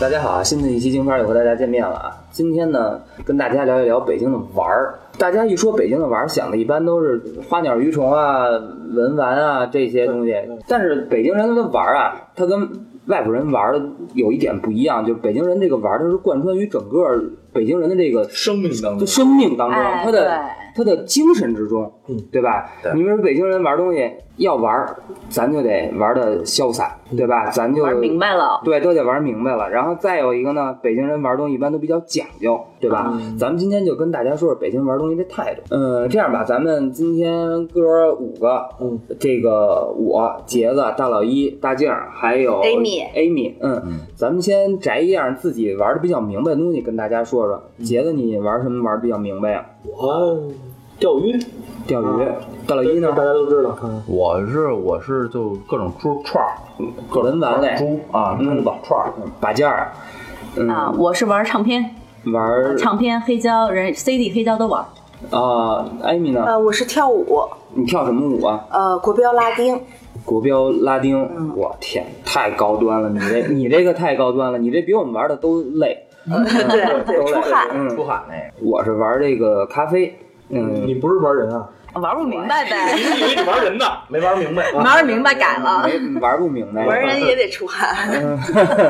大家好啊，新的一期京片又和大家见面了啊！今天呢，跟大家聊一聊北京的玩儿。大家一说北京的玩啊儿，想的一般都是花鸟鱼虫啊、文玩啊这些东西。但是北京人的玩儿啊，他跟外国人玩儿的有一点不一样，就是北京人这个玩儿，它是贯穿于整个北京人的这个生命当就中，生命当中，哎他的他的精神之中，嗯对吧？对你比如说北京人玩东西要玩儿，咱就得玩的潇洒，对吧？咱就玩明白了，对，都得玩明白了。然后再有一个呢，北京人玩东西一般都比较讲究，对吧？咱们今天就跟大家说说北京玩东西的态度。嗯，这样吧，咱们今天哥五个，嗯，这个我、杰子、大老一、大静儿，还有 Amy Amy，嗯，咱们先摘一样自己玩的比较明白的东西跟大家说说。杰子，你玩什么玩的比较明白呀、我哦钓鱼，钓鱼。大老一呢大？家都知道，嗯我是我是就各种猪串儿，各文种玩类猪啊，嗯珠子串儿，把件儿，嗯，啊，我是玩唱片，玩唱片、黑胶、人 CD、黑胶都玩。啊。艾米呢？呃，我是跳舞，你跳什么舞啊？呃，国标拉丁，嗯国标拉丁，我天，太高端了！你这 你这个太高端了，你这比我们玩的都累，对对，都累出汗。嗯，出海那我是玩这个咖啡，嗯，你不是玩人啊？玩不明白呗，你以为你玩人呢？没玩明白。 玩不明白改了。没玩不明白，文啊人也得出汗，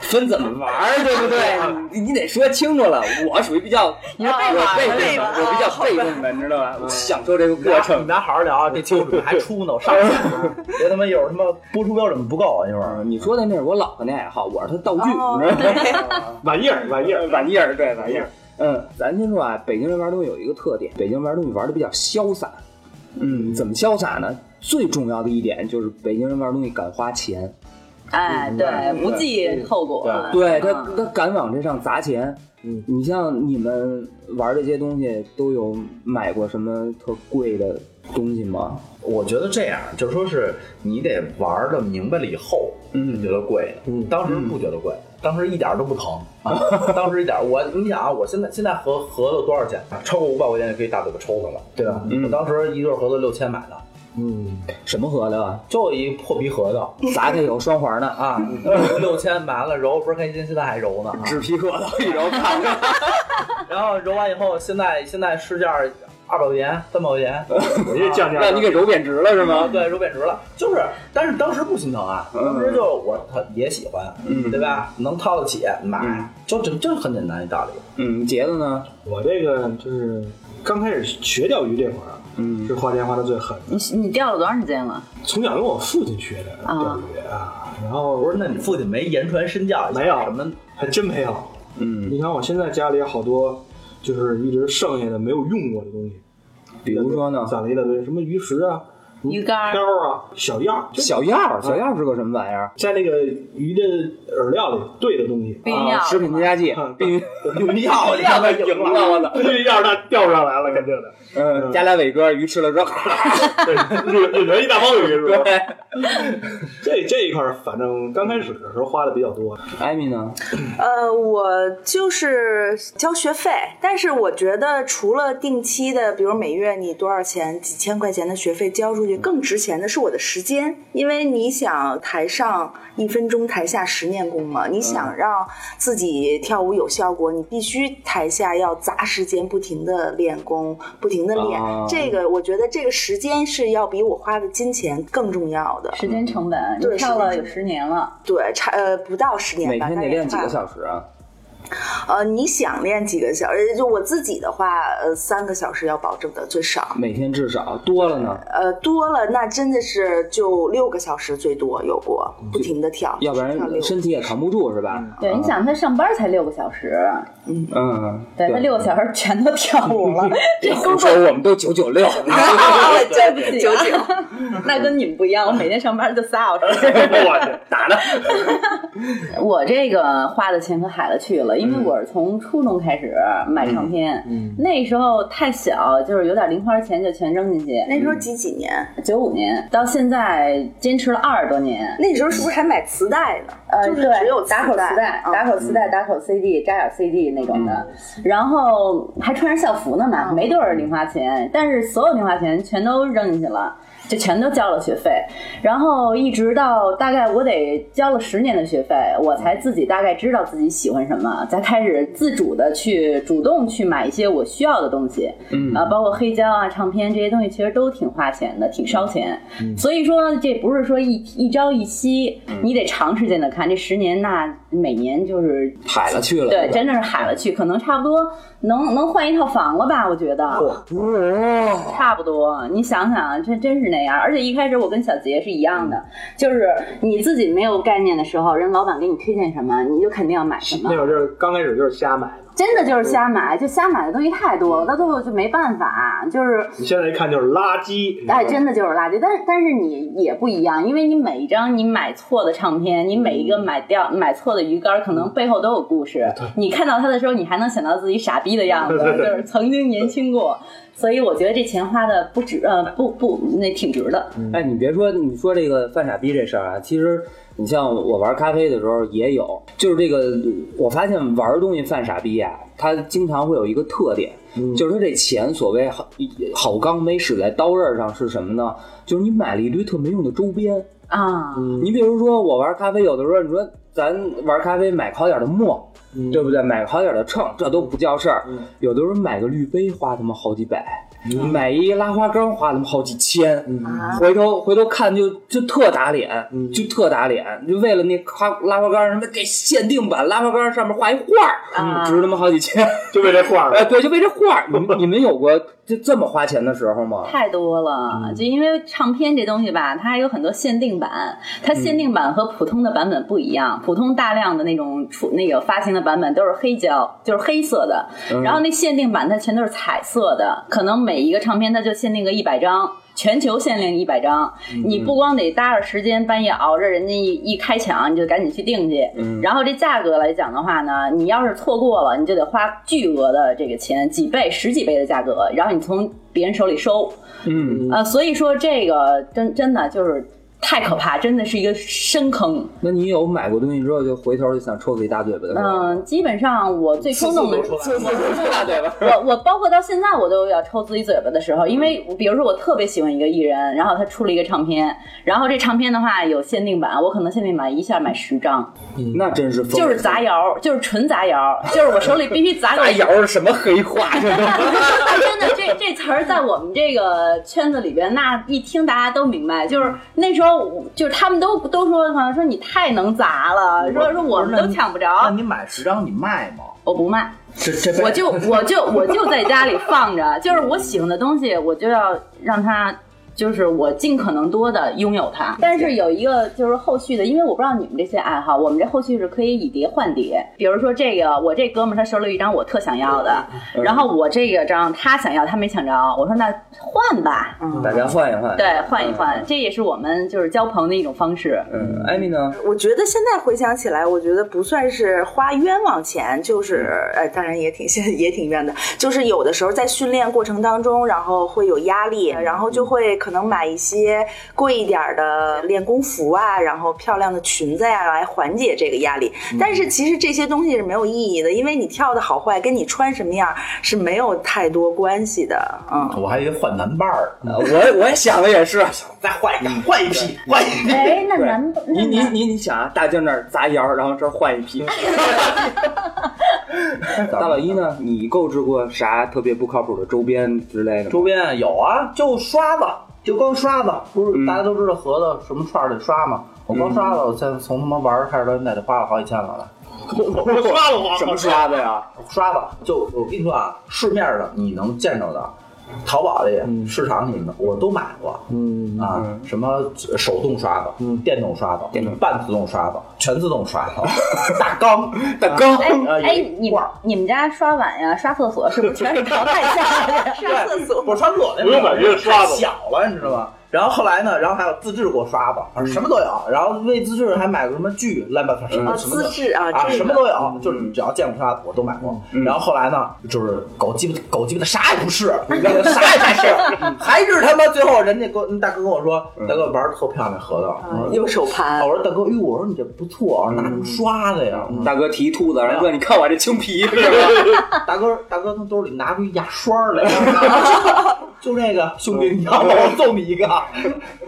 分怎么玩儿，对不对？你你得说清楚了。我属于比较，你是被玩儿我被动被的玩儿我比较被动的，你知道吧？我享受这个过你哦程。咱好好聊啊，这期我准备还出呢，我上去了， 别他妈一会儿他妈播出标准不够啊，一会儿。你说的那是我老婆那爱好，我是她道具，哦你知道吗？晚夜儿，晚夜儿，呃玩意儿，对玩意儿。嗯，咱先说啊，北京人玩东西有一个特点，北京人玩东西玩的比较潇洒。嗯，怎么潇洒呢？最重要的一点就是北京人玩东西敢花钱，哎，对，不计后果。对他嗯他敢往这上砸钱。嗯，你像你们玩这些东西，都有买过什么特贵的东西吗？我觉得这样，就说是你得玩的明白了以后，嗯你觉得贵，嗯当时不觉得贵，当时一点儿都不疼 啊，当时一点儿我，你想啊，我现在现在盒盒子多少钱？超过五百块钱就可以大嘴巴抽他了，对啊吧？嗯我当时一对盒子六千买的，嗯，什么盒子啊？就一破皮盒子，砸开有双环的，啊， 六千完了揉，不是开心，现在还揉呢。 啊 纸皮盒子，一揉看 看。然后揉完以后，现在现在市价二百块钱、三百块钱，我这降价让你给揉贬值了是啊，吗？对，揉贬值了。就是，但是当时不心疼啊，嗯当时就是我他也喜欢，嗯对吧？能掏得起嗯买，就这这很简单一道理。嗯，杰子呢？啊我这个就是刚开始学钓鱼这会儿啊，嗯是花钱花的最狠的，你你钓了多长时间了？从小跟我父亲学的钓鱼啊，然后不是，那你父亲没言传身教一下，没有什么？还真没有。嗯，你看我现在家里有好多，就是一直剩下的没有用过的东西，比如说呢？攒了一大堆，什么鱼食啊、鱼竿儿漂啊、小样儿，就小样儿，小样儿是个什么玩意儿？在那个鱼的饵料里兑的东西，避孕药啊食品添加剂嗯，避孕有料，你他妈赢不到了！我的。 这样它钓上来了，肯定 的。嗯，加俩伟哥，鱼吃了之后，对，引引人一大帮鱼是吧？对。 这这一块儿，反正刚开始的时候花的比较多。艾米呢？呃，我就是交学费，但是我觉得除了定期的，比如每月你多少钱，几千块钱的学费交出去，更值钱的是我的时间，因为你想台上一分钟，台下十年功嘛，你嗯想让自己跳舞有效果，你必须台下要砸时间，不停的练功，不停的练。啊这个我觉得这个时间是要比我花的金钱更重要的。时间成本，你对跳了时有间成本十年了，对，差呃不到十年每吧，天得大概练几快个小时啊？呃，你想练几个小时？就我自己的话，呃，三个小时要保证的最少。每天至少多了呢，呃，多了那真的是就六个小时最多有过，不停的跳，要不跳六然个身体也扛不住是吧？对，你想他上班才六个小时，嗯，对他六个小时全都跳舞了，这 工我作说我们都九九 六，啊对不起，九九， 那跟你们不一样，我每天上班就仨小时。我去，打的。 我这个花的钱可海了去了，因为我是从初中开始买唱片，嗯那时候太小，就是有点零花钱就全扔进去。那时候几几年？九五年到现在坚持了二十多年，那时候是不是还买磁带呢？呃，就是对只有打口磁带、嗯打口磁带、打口 CD、扎眼 CD 那种的，然后还穿着校服呢嘛，没多少零花钱，但是所有零花钱全都扔进去了。就全都交了学费，然后一直到大概我得交了十年的学费，我才自己大概知道自己喜欢什么，才开始自主的去主动去买一些我需要的东西，嗯啊，包括黑胶啊、唱片这些东西，其实都挺花钱的，挺烧钱。所以说这不是说一一朝一夕，你得长时间的看，这十年那每年就是海了去了。对，吧真的是海了去，可能差不多能能换一套房了吧？我觉得，差不多。你想想，这真是那样。而且一开始我跟小杰是一样的，就是你自己没有概念的时候，人老板给你推荐什么，你就肯定要买什么那。会儿就是刚开始就是瞎买的，真的就是瞎买，就瞎买的东西太多了，到最后就没办法，就是你现在一看就是垃圾。哎，你知道真吗的就是垃圾。但是但是你也不一样，因为你每一张你买错的唱片，你每一个买掉买错的鱼竿，可能背后都有故事。你看到它的时候，你还能想到自己傻逼的样子，就是曾经年轻过。所以我觉得这钱花的不值，呃，不不，那挺值的。哎，你别说，你说这个犯傻逼这事儿啊，其实你像我玩咖啡的时候也有，就是这个，我发现玩东西犯傻逼呀、它经常会有一个特点，就是它这钱所谓好好钢没使在刀刃上是什么呢？就是你买了一堆特没用的周边。啊，你比如说我玩咖啡，有的时候你说咱玩咖啡买好点的墨。对不对？买好点的秤，这都不叫事儿。有的时候买个滤杯花他妈好几百，买一拉花缸花他妈好几千。啊，回头回头看就就特打脸，就特打脸，就为了那夸拉花杆儿什么给限定版拉花杆儿上面画一画儿，嗯啊值他妈好几千。 就为这画儿哎，对，就为这画儿，你们你们有过就这么花钱的时候吗？太多了，就因为唱片这东西吧，它还有很多限定版，它限定版和普通的版本不一样。普通大量的那种出那个发行的版本都是黑胶，就是黑色的，然后那限定版它全都是彩色的，可能每一个唱片它就限定个一百张。全球限定一百张，你不光得搭着时间半夜熬着，人家一一开抢你就赶紧去订去。然后这价格来讲的话呢，你要是错过了，你就得花巨额的这个钱，几倍、十几倍的价格，然后你从别人手里收。嗯，啊，所以说这个真真的就是太可怕，真的是一个深坑。那你有买过东西之后就回头就想抽自己大嘴巴的时候？嗯，基本上我最冲动的次次都抽大大嘴巴。我我包括到现在我都要抽自己嘴巴的时候，因为比如说我特别喜欢一个艺人，然后他出了一个唱片，然后这唱片的话有限定版，我可能限定版一下买十张，那真是疯了就是砸窑，就是纯砸窑，就是我手里必须砸个大窑是什么黑话？这都真的，这这词儿在我们这个圈子里边，那一听大家都明白。就是那时候，就是他们都都说，好像说你太能砸了，说说我们都抢不啊那着。你买十张你卖吗？我不卖，这这我就我就我就在家里放着，就是我喜欢的东西，我就要让它。就是我尽可能多的拥有它，但是有一个就是后续的，因为我不知道你们这些爱好，我们这后续是可以以碟换碟。比如说这个，我这哥们儿他手里有一张我特想要的，嗯然后我这个张他想要，他没抢着，我说那换吧，大家换一换。对，换一换，这也是我们就是交朋友的一种方式。嗯，艾米呢？我觉得现在回想起来，我觉得不算是花冤枉钱，就是嗯呃，当然也挺现在也挺冤的， 就是有的时候在训练过程当中，然后会有压力，嗯然后就会可能买一些贵一点儿的练功服啊，然后漂亮的裙子呀、来缓解这个压力。嗯但是其实这些东西是没有意义的，因为你跳的好坏跟你穿什么样是没有太多关系的。嗯，我还以为换男伴儿呢，我我也想的也是。 再换一个，嗯换一批，换一批。哎，那对男那你你你你想啊，大江那儿砸窑，然后这儿换一批。大老一呢？你购置过啥特别不靠谱的周边之类的吗？周边有啊，就刷子，就光刷子，不嗯是大家都知道盒子什么串儿得刷吗？我光刷子，我现在从他妈玩儿开始到现在得花了好几千了吧。我刷了我什么刷子呀？刷子，就我跟你说啊，市面上你能见着的，嗯淘宝里、市场里的我都买过。嗯啊，什么手动刷子、嗯电动刷子、电动半自动刷子、全自动刷子、 大缸、大缸哎呃啊有哎一，你罐们儿你们家刷碗呀、刷厕所是不是全是淘汰下来的？上厕所我刷厕所那不用买别的刷子太小了，你知道吗？然后后来呢，然后还有自制过刷子，嗯什么都有。然后为自制还买过什么锯、乱七八糟什么啊，什么都资有质啊，啊，这什么个都嗯有，就是你只要见过刷子我都买过。然后后来呢，就是狗鸡巴狗鸡巴的啥也不是，你知道吗啥也不是，还是他妈最后人家跟大哥跟我说，嗯大哥玩儿特漂亮核桃，我说用手盘我说大哥，哟，我说你这不错啊，拿嗯什么刷子呀？大哥提兔子，然后说你看我这青皮。大哥大 哥从兜里拿出一牙刷来，就那个兄弟，你要我我送你一个，啊，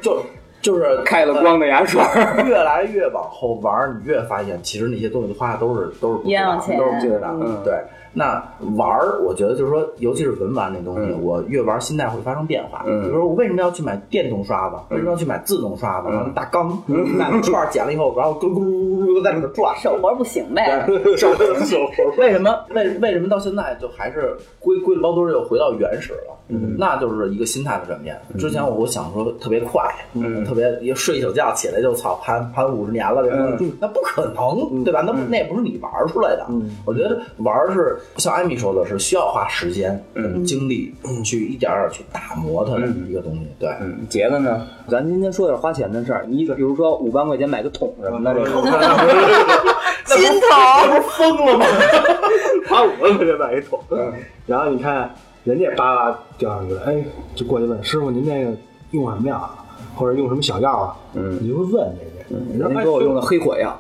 就就是开了光的牙刷， 越来越往后玩儿，你越发现其实那些东西花的都是都是不值冤当枉的钱都是不值当的。嗯对，那玩儿，我觉得就是说，尤其是文玩那东西，我越玩儿心态会发生变化。嗯比如说，我为什么要去买电动刷子？为什么要去买自动嗯刷子？然后大缸，买个串儿剪了以后，然后咕噜咕噜咕噜咕噜在里面转，手活不行呗。对，手手为什么为为什么到现在就还是归归了包堆儿又回到原始了？那就是一个心态的转变。之前我想说特别快，嗯特别一睡一宿觉起来就操盘盘五十年了，这东西那不可能，对吧？那不那也不是你玩儿出来的。我觉得玩儿是像艾米说的，是需要花时间、精力嗯去一点儿点儿去打磨它的一个东西。对， 嗯，杰子呢？咱今天说点花钱的事儿，你比如说五万块钱买个桶什么的，这种金头，不是疯了吗？ 花五万块钱买一桶，嗯然后你看人家叭叭掉上去了，哎，就过去问师傅您这个用什么药啊，或者用什么小药啊？嗯你就会问这个，你说人家哎说我用的 黑火药，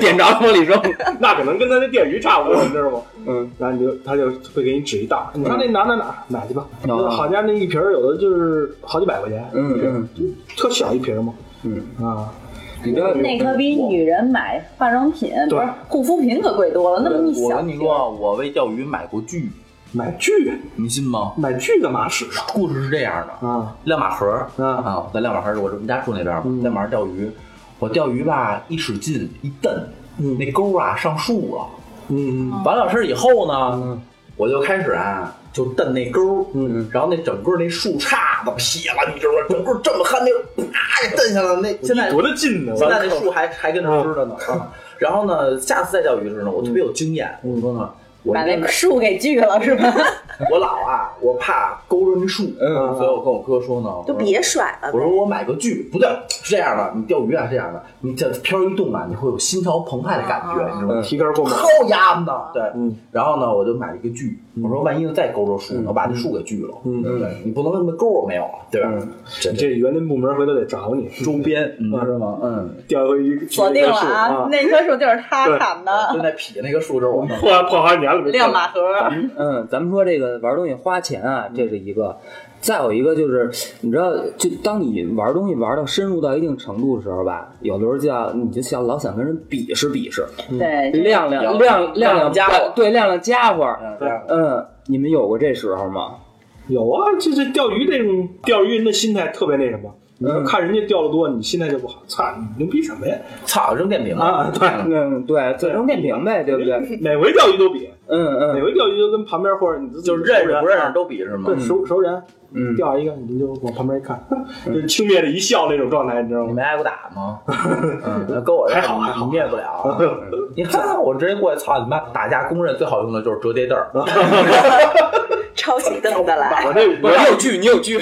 点着往里扔。那可能跟他那电鱼差不多，你知道吗？嗯，然后你就他就会给你指一道，你看那哪哪哪买去吧，哦好家伙，那一瓶儿有的就是好几百块钱，嗯嗯嗯，特小一瓶儿嘛，嗯啊，你这那可比女人买化妆品不是护肤品可贵多了，那么一我小跟你说啊，我为钓鱼买过剧，买剧你信吗？买剧干嘛使啊？故事是这样的，啊，亮马河儿嗯啊，我在亮马河儿，我我们家住那边儿嘛，亮马河儿钓鱼，我钓鱼吧，一使劲一蹬，嗯那钩啊上树了。嗯完了事儿以后呢，我就开始啊，就蹬那钩，嗯，然后那整个那树杈子劈了，你知道吗？整个这么憨，那个啪给蹬下来，那现在多嗯大劲呢？现在那树还还跟那支着呢。啊然后呢，下次再钓鱼的时候呢，我特别有嗯经验，我说呢，我把一定那个树给锯了是 吧？我老啊，我怕勾着那树，啊嗯所以我跟我哥说呢，就我说别甩了我呗。说我买个锯，不对，是这样的，你钓鱼啊是这样的，你这漂移动啊，你会有心潮澎湃的感觉，你知道吗？提杆过猛，掏鸭子呢，对，嗯然后呢，我就买了一个锯，我说万一再勾着树呢，我把这树给锯了，嗯对不对，你不能那么勾我没有了，对吧？这这园林部门回头得找你，周边，你知道吗？嗯，掉回一锁定了啊，那棵树就是他对砍的，就那劈那个树枝，我弄破破好几年了没亮马河。嗯，咱们说这个玩东西花钱啊，这是一个。再有一个就是，你知道，就当你玩东西玩到深入到一定程度的时候吧，有的时候就要你就想老想跟人比试比试，对，嗯哎这亮亮亮亮亮家伙对亮亮家伙。 嗯这样嗯，你们有过这时候吗？有啊，这这钓鱼这种钓鱼人的心态特别那什嗯么，你说看人家钓的多，你心态就不好，操，你牛逼什么呀？操，扔电瓶啊，对，嗯，对，就扔电瓶呗，对不对？每回钓鱼都比，嗯每嗯回钓鱼都跟旁边或者你自己 就是熟认识人不认识都比是吗啊对？熟熟人嗯，钓一个，你就往旁边一看，嗯 就是轻蔑的一笑那种状态，你知道 你吗？没挨过打吗？ 嗯，那跟我这还好还好哎你灭不了。啊你看我直接过去，操你妈！打架公认最好用的就是折叠凳儿，啊抄起凳子来，我这我有剧，你有剧。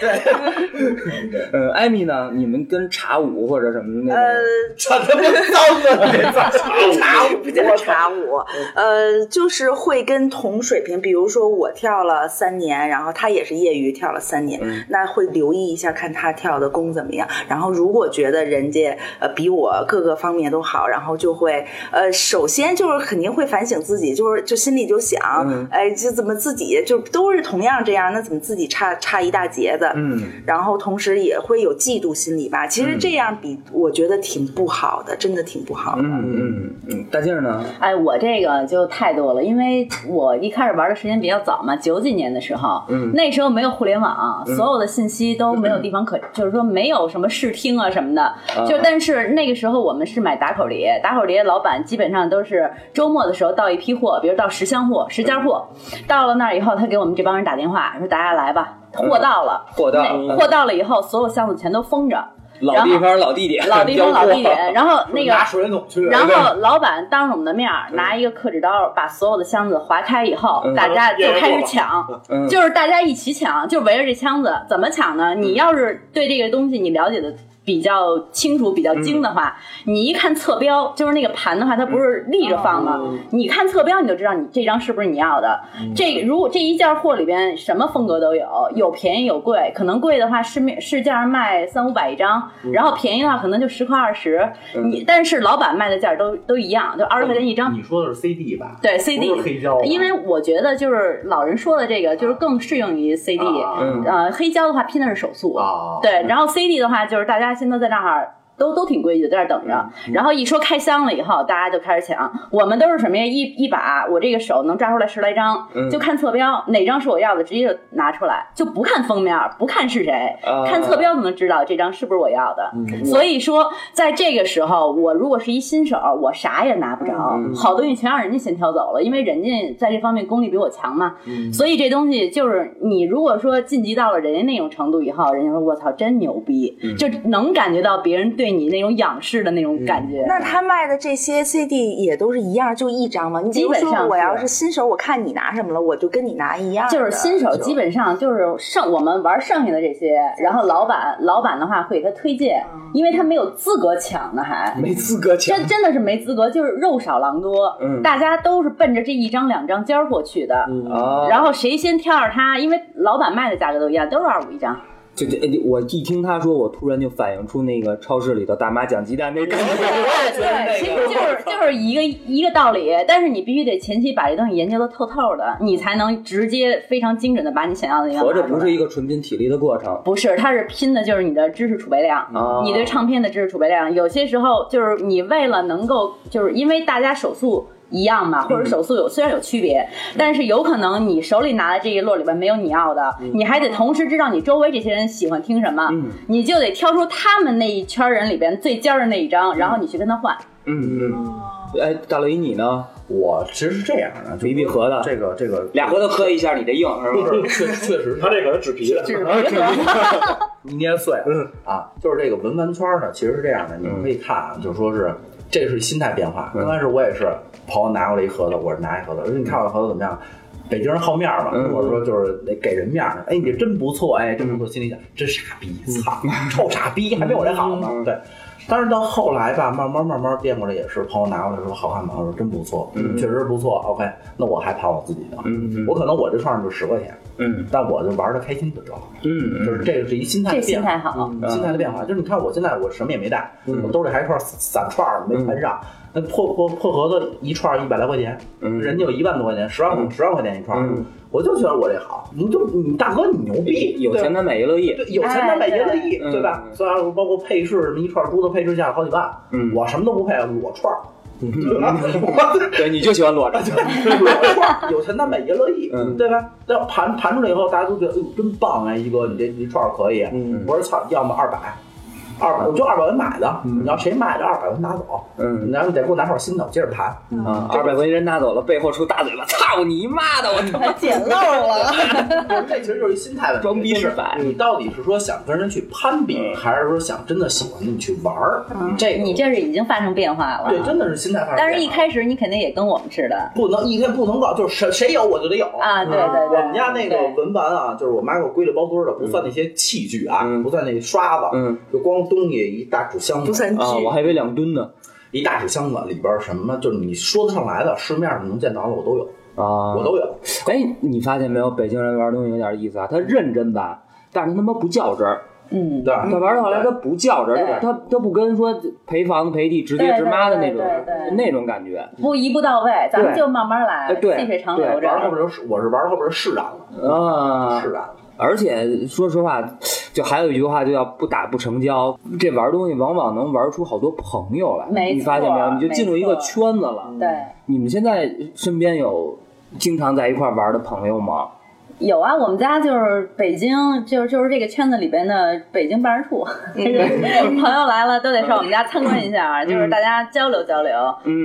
对， 嗯，艾米呢？你们跟茶舞或者什么那呃种？，操他妈脏的那操！ 啊查舞不叫查舞，呃，就是会跟同水平，比如说我跳了三年，然后他也是业余跳了三年，那会留意一下看他跳的功怎么样。然后如果觉得人家呃比我各个方面都好，然后就会呃，首先就是肯定会反省自己，就是就心里就想，哎，这怎么自己就都是同样这样，那怎么自己差差一大截子？嗯，然后同时也会有嫉妒心理吧。其实这样比我觉得挺不好的，真的挺不好的。嗯嗯嗯，大静儿呢？哎，我这个就太多了，因为我一开始玩的时间比较早嘛，九几年的时候，嗯，那时候没有互联网，所有的信息都没有地方可，就是说没有什么试听啊什么的，就但是那个时候我们是买打口碟，打口碟老板基本上都是周末的时候到一批货，比如到十箱货、十家货，到了那儿以后，他给我们这帮人打电话说大家来吧，货到了，货到嗯那了货到了以后，所有箱子全都封着。老地方老地点，老地方老地点，然后那个拿水桶去，然后老板当着我们的面儿拿一个刻纸刀把所有的箱子划开以后，大家就开始抢， 嗯就是大家一起抢，就围着这箱子怎么抢呢？你要是对这个东西你了解的比较清楚、比较精的话，你一看侧标，就是那个盘的话，它不是立着放吗？你看侧标，你就知道你这张是不是你要的。这如果这一件货里边什么风格都有，有便宜有贵，可能贵的话市面市价上卖三五百一张，然后便宜的话可能就十块二十。你但是老板卖的价都都一样，就二十块钱一张。你说的是 CD 吧？对 CD 不是黑胶吧，啊因为我觉得就是老人说的这个，就是更适用于 CD、啊嗯呃，黑胶的话拼的是手速，啊对，然后 CD 的话就是大家现在在那儿。都都挺规矩，在那儿等着。然后一说开箱了以后，大家就开始抢。我们都是什么呀？一一把，我这个手能抓出来十来张，就看侧标哪张是我要的，直接就拿出来，就不看封面，不看是谁，啊看侧标就能知道这张是不是我要的。所以说，在这个时候，我如果是一新手，我啥也拿不着，好东西全让人家先挑走了，因为人家在这方面功力比我强嘛。所以这东西就是你如果说晋级到了人家那种程度以后，人家说我操真牛逼，就能感觉到别人对你那种仰视的那种感觉。嗯那他卖的这些 CD 也都是一样，就一张吗？你比基如本上说是我要是新手，我看你拿什么了，我就跟你拿一样的。就是新手基本上就是剩我们玩剩下的这些，然后老板老板的话会给他推荐，嗯因为他没有资格抢呢，还没资格抢真真的是没资格，就是肉少狼多，嗯大家都是奔着这一张两张尖儿货去的，啊，然后谁先挑着它，因为老板卖的价格都一样，都是二五一张，就这，哎我一听他说，我突然就反映出那个超市里头大妈讲鸡蛋那感觉。 对对，其实就是就是一个一个道理，但是你必须得前期把这东西研究的透透的，你才能直接非常精准的把你想要的那个。活着不是一个纯拼体力的过程，不是，它是拼的就是你的知识储备量，哦你对唱片的知识储备量。有些时候就是你为了能够，就是因为大家手速。一样嘛，嗯或者手速有、虽然有区别，但是有可能你手里拿的这一摞里边没有你要的，嗯你还得同时知道你周围这些人喜欢听什么，你就得挑出他们那一圈人里边最尖儿的那一张，然后你去跟他换。嗯嗯。哎，大雷你呢？我其实是这样的，就比比核的这个这个俩核桃磕一下，你这硬是不吗？是确确实是他这可是纸皮的，纸皮盒，捏碎啊，就是这个文玩圈呢，其实是这样的，你们可以看啊，就是说是这是心态变化。刚开始我也是朋友拿过来一盒子，我是拿一盒子，我说你看我盒子怎么样？北京人好面儿嘛，或者说就是得给人面儿。哎，你这真不错，哎，真不错，心里想真傻逼，操， 臭傻逼，还没我这好呢。对，但是到后来吧，慢慢慢慢变过来，也是朋友拿过来说好看吗？我说真不错，确实不错。OK，那我还盘我自己的，我可能我这串儿就十块钱，嗯但我就玩的开心就得了。嗯就是这个是一心态这的变心态化，好。嗯心态的变化。就是你看我现在我什么也没带，嗯我兜里还一串散串儿没盘上，那破破破盒子一串一百来块钱，嗯人家有一万多块钱，十万十万块钱一串儿，我就觉得我这好，你就你大哥你牛逼，有钱对吧难买一乐意。对，有钱哎咱买别乐意，对对吧？嗯所以啊包括配饰什么一串珠子配饰下来好几万，嗯我什么都不配，裸串儿， 对吧？对，你就喜欢裸着。有串有钱他买也乐意，嗯对吧？但盘盘出来以后，大家都觉得，哎呦，真棒哎，一哥，你这一串可以。嗯我说操，要么二百，二百我就二百文买的，你要谁买的二百文拿走，嗯然后你得给我拿块新的，我接着 盘。啊，二百块钱拿走了，背后出大嘴巴，操你妈的！我他 妈捡漏了，就是这其实就是一心态问题，装逼嗯就是是吧你到底是说想跟人去攀比，还是说想真的喜欢你去玩儿？这个你这是已经发生变化了。对，真的是心态发生变嗯化。但是一开始你肯定也跟我们似的不能一天不能告，就是谁谁有我就得有啊，对对对，嗯我们家那个对文玩啊，就是我妈给我归类包堆儿的，不算那些器具啊，嗯不算那刷子，嗯就光东西一大纸箱子，不算啊，我还以为两吨呢。一大纸箱子里边儿什么，就是你说得上来的，市面上能见到的我都有，啊，我都有。哎，你发现没有，北京人玩东西有点意思啊，他认真吧，但是他他妈不较真儿。嗯，对，他玩到后来他不较真儿，对他他不跟说赔房子赔地直接直妈的那种对对对对对那种感觉。不一步到位，咱们对就慢慢来哎，对细水长流对玩后着。边儿就是我是玩后边儿释然了，嗯啊释，然了。而且说实话，就还有一句话，就叫不打不成交。这玩东西往往能玩出好多朋友来，没错你发现没有？你就进入一个没错嗯圈子了。对，你们现在身边有经常在一块玩的朋友吗？有啊，我们家就是北京，就是就是这个圈子里边的北京办事处， 朋友来了都得上我们家参观一下，就是大家交流交流。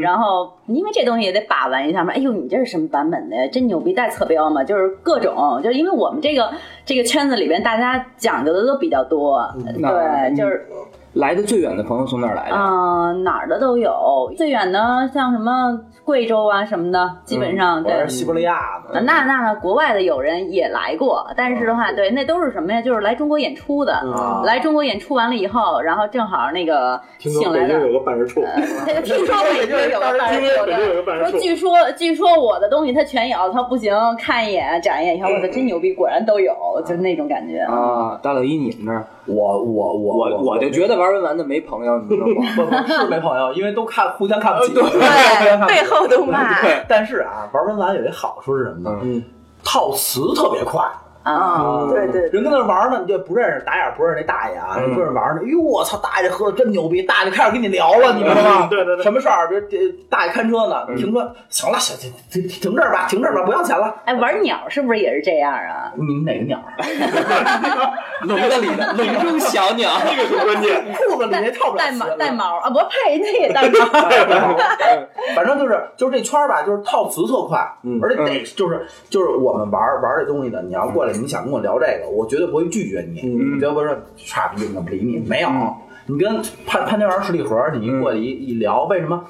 然后因为这东西也得把玩一下嘛，哎呦，你这是什么版本的呀？真牛逼，带侧标嘛，就是各种，就是因为嗯我们这个这个圈子里边大家讲究的都比较多，那对，就是来的最远的朋友从哪儿来的？嗯、哪儿的都有，最远的像什么贵州啊什么的，基本上、嗯我对是。西伯利亚那的，那那国外的友人也来过，但是的话，对，那都是什么呀？就是来中国演出的，啊来中国演出完了以后，然后正好那个听说请北来京的有个办事处，呃听说北京有个办事处北京有个办的，事说处据说据说我的东西他全有，他不行，看一眼展一眼以后，我嗯操，真牛逼，果然都有，就是那种感觉。啊，大老一，你们那儿，我我我我我就觉得玩文玩的没朋友，你知道吗？不不是没朋友，因为都看互相看不起，对，背后都骂。但是啊，玩文玩有一好处是什么呢？嗯，套词特别快。啊，对对对，人跟那玩呢，你就不认识，打眼不认识那大爷啊，嗯你跟人玩呢，哟，我操，大爷喝的真牛逼，大爷开始跟你聊了，你知道吗？嗯对对对嗯什么事儿？比如这大爷看车呢，停车，行了，行，停停停这儿吧，停这儿吧，不要钱了。哎，玩鸟是不是也是这样啊？你们哪个鸟？ 笼子里 的笼中小鸟，这个关键。裤子里那套不了带词毛带毛啊，不呸，那也带毛。反正就是就是这圈儿吧，就是套词特快，而且得就是就是我们玩儿玩儿这东西的，你要过来，你想跟我聊这个，我绝对不会拒绝你，我绝对不会说傻逼我不理你，没有。你跟潘潘家园十里河，你一过来一一聊，为什么？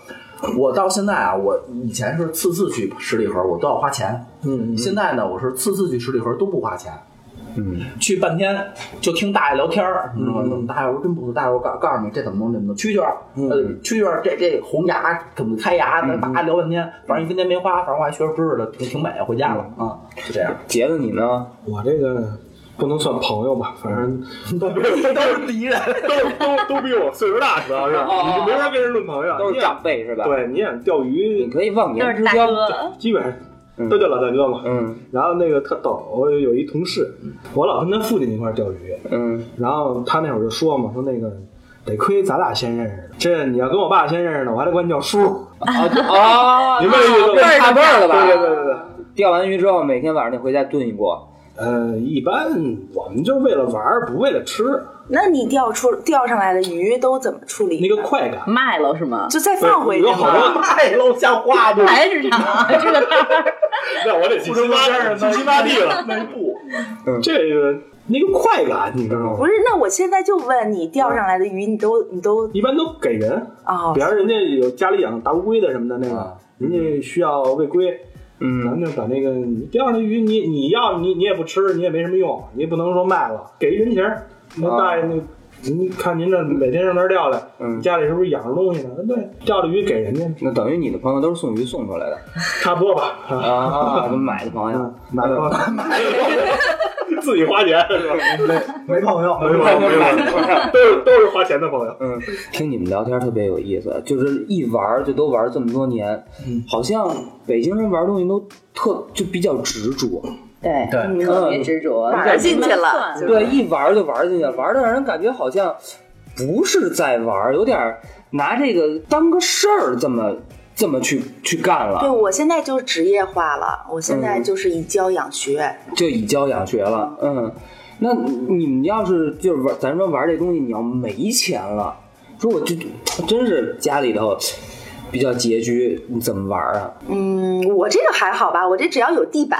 我到现在啊，我以前是次次去十里河，我都要花钱。嗯，现在呢，我是次次去十里河都不花钱。去半天就听大爷聊天儿，你知道吗？大爷我说真不错，大爷我告告诉你这怎么弄这怎么弄，蛐蛐儿，呃蛐蛐儿这这红牙怎么开牙，咱大家聊半天，反正一分钱没花，反正我还学着知识了，挺挺美，回家了啊，就这样，杰子你呢？我这个不能算朋友吧，反正都都是 敌人，都都都比我岁数大，主要是你就没法跟人论朋友，哦啊都是你想长辈是吧？，对，你想钓你鱼，可以忘都年是之大交。哥，基本上都叫老大哥嘛。嗯然后那个特逗，我有一同事，我老跟他父亲一块儿钓鱼，嗯然后他那会儿就说嘛，说那个得亏咱俩先认识的，这你要跟我爸先认识的，我还得管你叫叔。 啊啊，明白这意思吗辈儿差辈儿了吧？对对对对对。钓完鱼之后，每天晚上得回家炖一锅。呃，一般我们就是为了玩儿，不为了吃，那你钓出钓上来的鱼都怎么处理？那个快感。卖了是 吗？就再放回去有好多吗？太楼像话 不？还是场这个摊儿。那我得去新八去新八地了。那不嗯这个那个快感，你知道吗不？是，那我现在就问你，钓上来的鱼，你都你都一般都给人，哦啊比，方人家有家里养大乌龟的什么的那个啊，人家需要喂龟，嗯咱们就把那个你钓上的鱼，你你要你你也不吃，你也没什么用，你也不能说卖了，给一人情啊儿。那大爷那。您看您这每天上那儿钓来，嗯家里是不是养着东西呢？对，钓着鱼给人家，那等于你的朋友都是送鱼送出来的差不多吧。啊啊，都买的朋友嗯，买 包，自己花钱是吧？没朋友，没有没有，都是都是花钱的朋友。嗯，听你们聊天特别有意思，就是一玩儿就都玩儿这么多年，好像北京人玩东西都特就比较执着， 对对特别执着，玩儿进去了算就是对，一玩儿就玩儿进去，玩儿的让人感觉好像不是在玩儿，有点儿拿这个当个事儿这么这么去去干对了，我现在就职业化了，我现嗯在就是以教养学，就以教养学了，嗯。那你们要是就是玩，咱说玩儿这东西，你要没钱了，说我就真是家里头比较拮据，你怎么玩儿啊？嗯，我这个还好吧，我这只要有地板，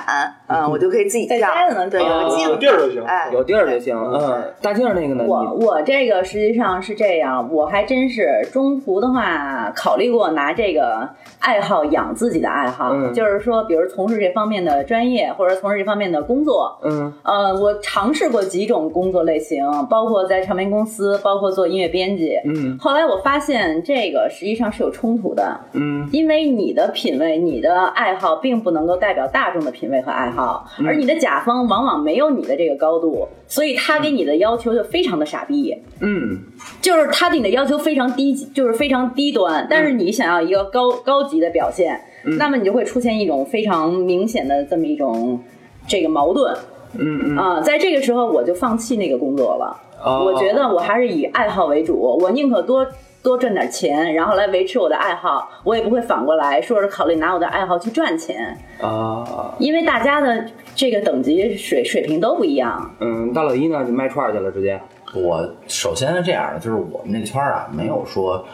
嗯，我就可以自己在钓家就能，对，钓有啊个有镜地儿就行子，。哎，有地儿就行。嗯，大劲儿那个呢？我你我这个实际上是这样，我还真是中途的话考虑过拿这个爱好养自己的爱好，嗯就是说，比如从事这方面的专业或者从事这方面的工作。嗯呃，我尝试过几种工作类型，包括在唱片公司，包括做音乐编辑。嗯后来我发现这个实际上是有冲突的，嗯因为你的品味、你的爱好并不能够代表大众的品味和爱好，嗯而你的甲方往往没有你的这个高度，所以他给你的要求就非常的傻逼，嗯就是他对你的要求非常低级，就是非常低端，但是你想要一个高高级的表现，嗯那么你就会出现一种非常明显的这么一种这个矛盾嗯嗯啊、在这个时候我就放弃那个工作了。哦我觉得我还是以爱好为主，我宁可多多赚点钱，然后来维持我的爱好，我也不会反过来说是考虑拿我的爱好去赚钱，啊因为大家的这个等级水水平都不一样。嗯，大老一呢？你卖串儿去了，直接我首先是这样的，就是我们这圈儿啊，没有说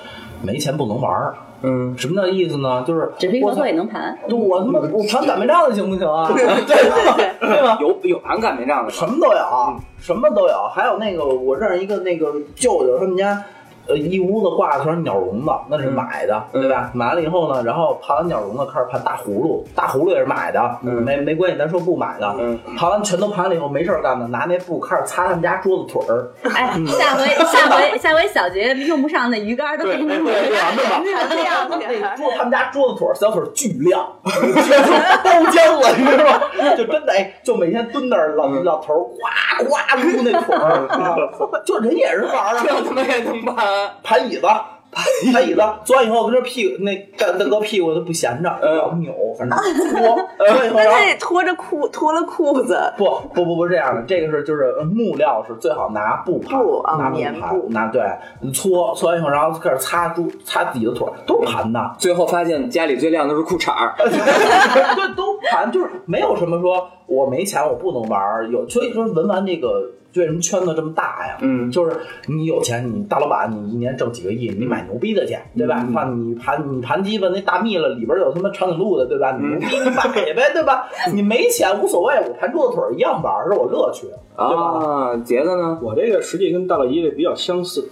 没钱不能玩儿，嗯什么叫意思呢？就是只是一我合操作也能盘，我他妈我盘擀面杖的行不行啊？对对对吧？有有盘擀面杖的什么都有，什么都有。还有那个，我认识一个那个舅舅，他们家呃，一屋子挂的全是鸟笼子，那是买的，对吧？买完了以后呢，然后盘完鸟笼子，开始盘大葫芦，大葫芦也是买的，没没关系，咱说不买的，盘完全都盘了以后，没事儿干的，拿那布开始擦他们家桌子腿儿，哎，下回下 回下回小杰用不上那鱼竿都给你抹上。 亮那点。桌他们家桌子腿儿小腿儿巨亮，都僵了，你知道吗？就真的哎，就每天蹲那儿老老头儿呱呱撸那腿儿，啊 就人也是玩儿啊，他妈也能办？啊盘椅子。盘椅子，坐完以后跟这屁股那干大哥屁股都不闲着，老扭，反正 搓，搓完以后那然后他也脱着裤，脱了裤子，不不不不这样的，这个是就是呃木料是最好拿布盘，布啊拿布棉布盘，拿对搓搓完以后，然后开始擦猪擦自己的腿儿，都是盘的，最后发现家里最亮的是裤衩儿， 对，都盘就是没有什么说我没钱我不能玩儿，有所以说文玩这个为什么圈子这么大呀？嗯就是你有钱，你大老板，你一年挣几个亿，你买牛逼的去，对吧？那、你盘你盘鸡巴那大蜜了，里边有他妈长颈鹿的，对吧？你牛逼你买呗，对吧？你没钱无所谓，我盘桌子腿儿一样玩儿，是我乐趣，对吧？啊，杰子呢？我这个实际跟大老爷这比较相似，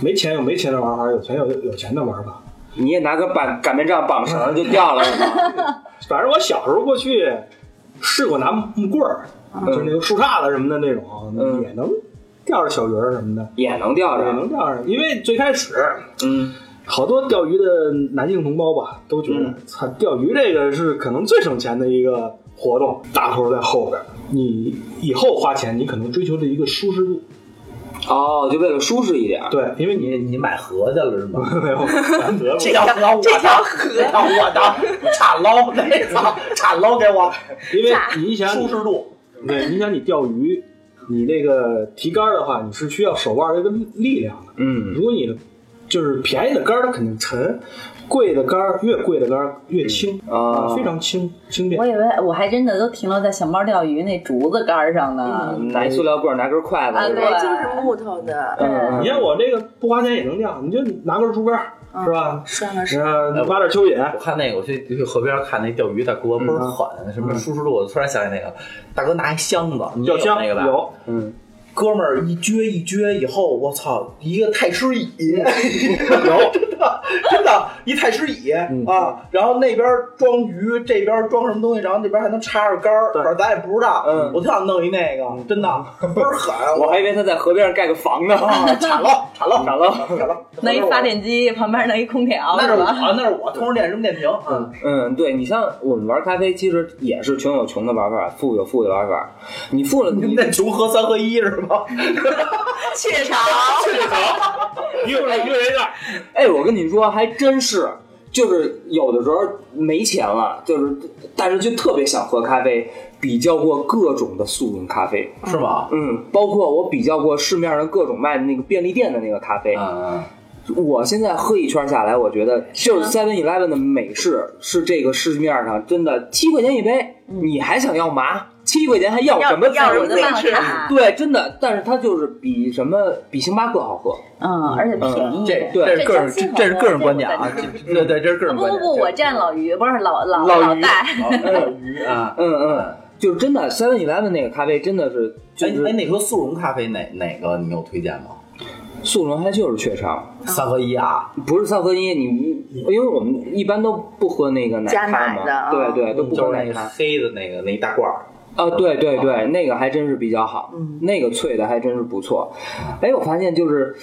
没钱有没钱的玩法，有钱有有钱的玩法。你也拿个板擀面杖绑绳儿就掉了是吗？反正我小时候过去试过拿木棍儿，就是那个树杈子什么的那种，嗯也能钓着小鱼儿什么的， 也能钓也着，能钓上。因为最开始嗯，好多钓鱼的男性同胞吧，都觉得嗯操、钓鱼这个是可能最省钱的一个活动，大头在后边儿。你以后花钱，你可能追求的一个舒适度，哦，就为了舒适一点儿。对，因为你你你买河去了是吗？没有反折 这条河我的，这条河我的，铲捞那操，铲捞给我因为你想舒适度。对，你想你钓鱼，你那个提竿儿的话，你是需要手腕儿一个力量的。嗯如果你就是便宜的竿，儿，它肯定沉；贵的竿，儿越贵的竿儿越轻啊非常轻轻便我。以为我还真的都停留在小猫钓鱼那竹子杆儿上嗯呢。嗯拿一塑料棍儿，拿根筷子啊是对吧，就是木头的，嗯，你看我这个不花钱也能钓，你就拿根竹竿儿，是吧？拴个嗯绳，然后挖点蚯蚓我，看那个，我去去河边看那钓鱼大哥倍儿狠，什么舒适度，我突然想起那个大哥拿一箱子，你钓有香那个吧？嗯有，嗯哥们儿一撅一撅以后，我操，一个太师椅，嗯真的真的，一太师椅啊，然后那边装鱼，这边装什么东西，然后那边还能插着杆儿，对反正咱也不知道嗯，我特想弄一那个，真的倍儿狠， 我还以为他在河边上盖个房呢。啊， 铲了铲了咋了？铲了，弄一发电机，旁边弄一空调，那是是我，啊吧？那是我，同时练扔电瓶， 嗯， 嗯，对你像我们玩咖啡，其实也是穷有穷的玩法，富有富的玩法。你富了，你你们那穷喝三合一是吗？雀巢， 一个人一个人一袋。哎，我跟你说，还真是，就是有的时候没钱了，就是但是就特别想喝咖啡，比较过各种的速溶咖啡，是吗？嗯，包括我比较过市面上各种卖的那个便利店的那个咖啡，嗯，我现在喝一圈下来，我觉得就是 Seven Eleven 的美式是这个市面上真的七块钱一杯，你还想要麻？七块钱还要要什么要自由什的么办位置卡？对，真的，但是它就是比什么比星巴克好喝。嗯，而且便宜。这对这是个人，这这这这是个人观点这啊我，这对对，这是个人哦不观啊不点。不，我 站老于，不是老老老于大。老鱼 啊，嗯嗯，就是真的 Seven Eleven 那个咖啡真的是就哎哎，是那说速溶咖啡哪哪个你有推荐吗？速溶，它就是雀巢，三合一啊，不是三合一。你因为我们一般都不喝那个奶加咖奶的嘛，啊对对，都不嗯就喝是奶那个咖。黑的那个那一大罐儿，啊，对对对，那个还真是比较好，那个脆的还真是不错。哎，我发现就是，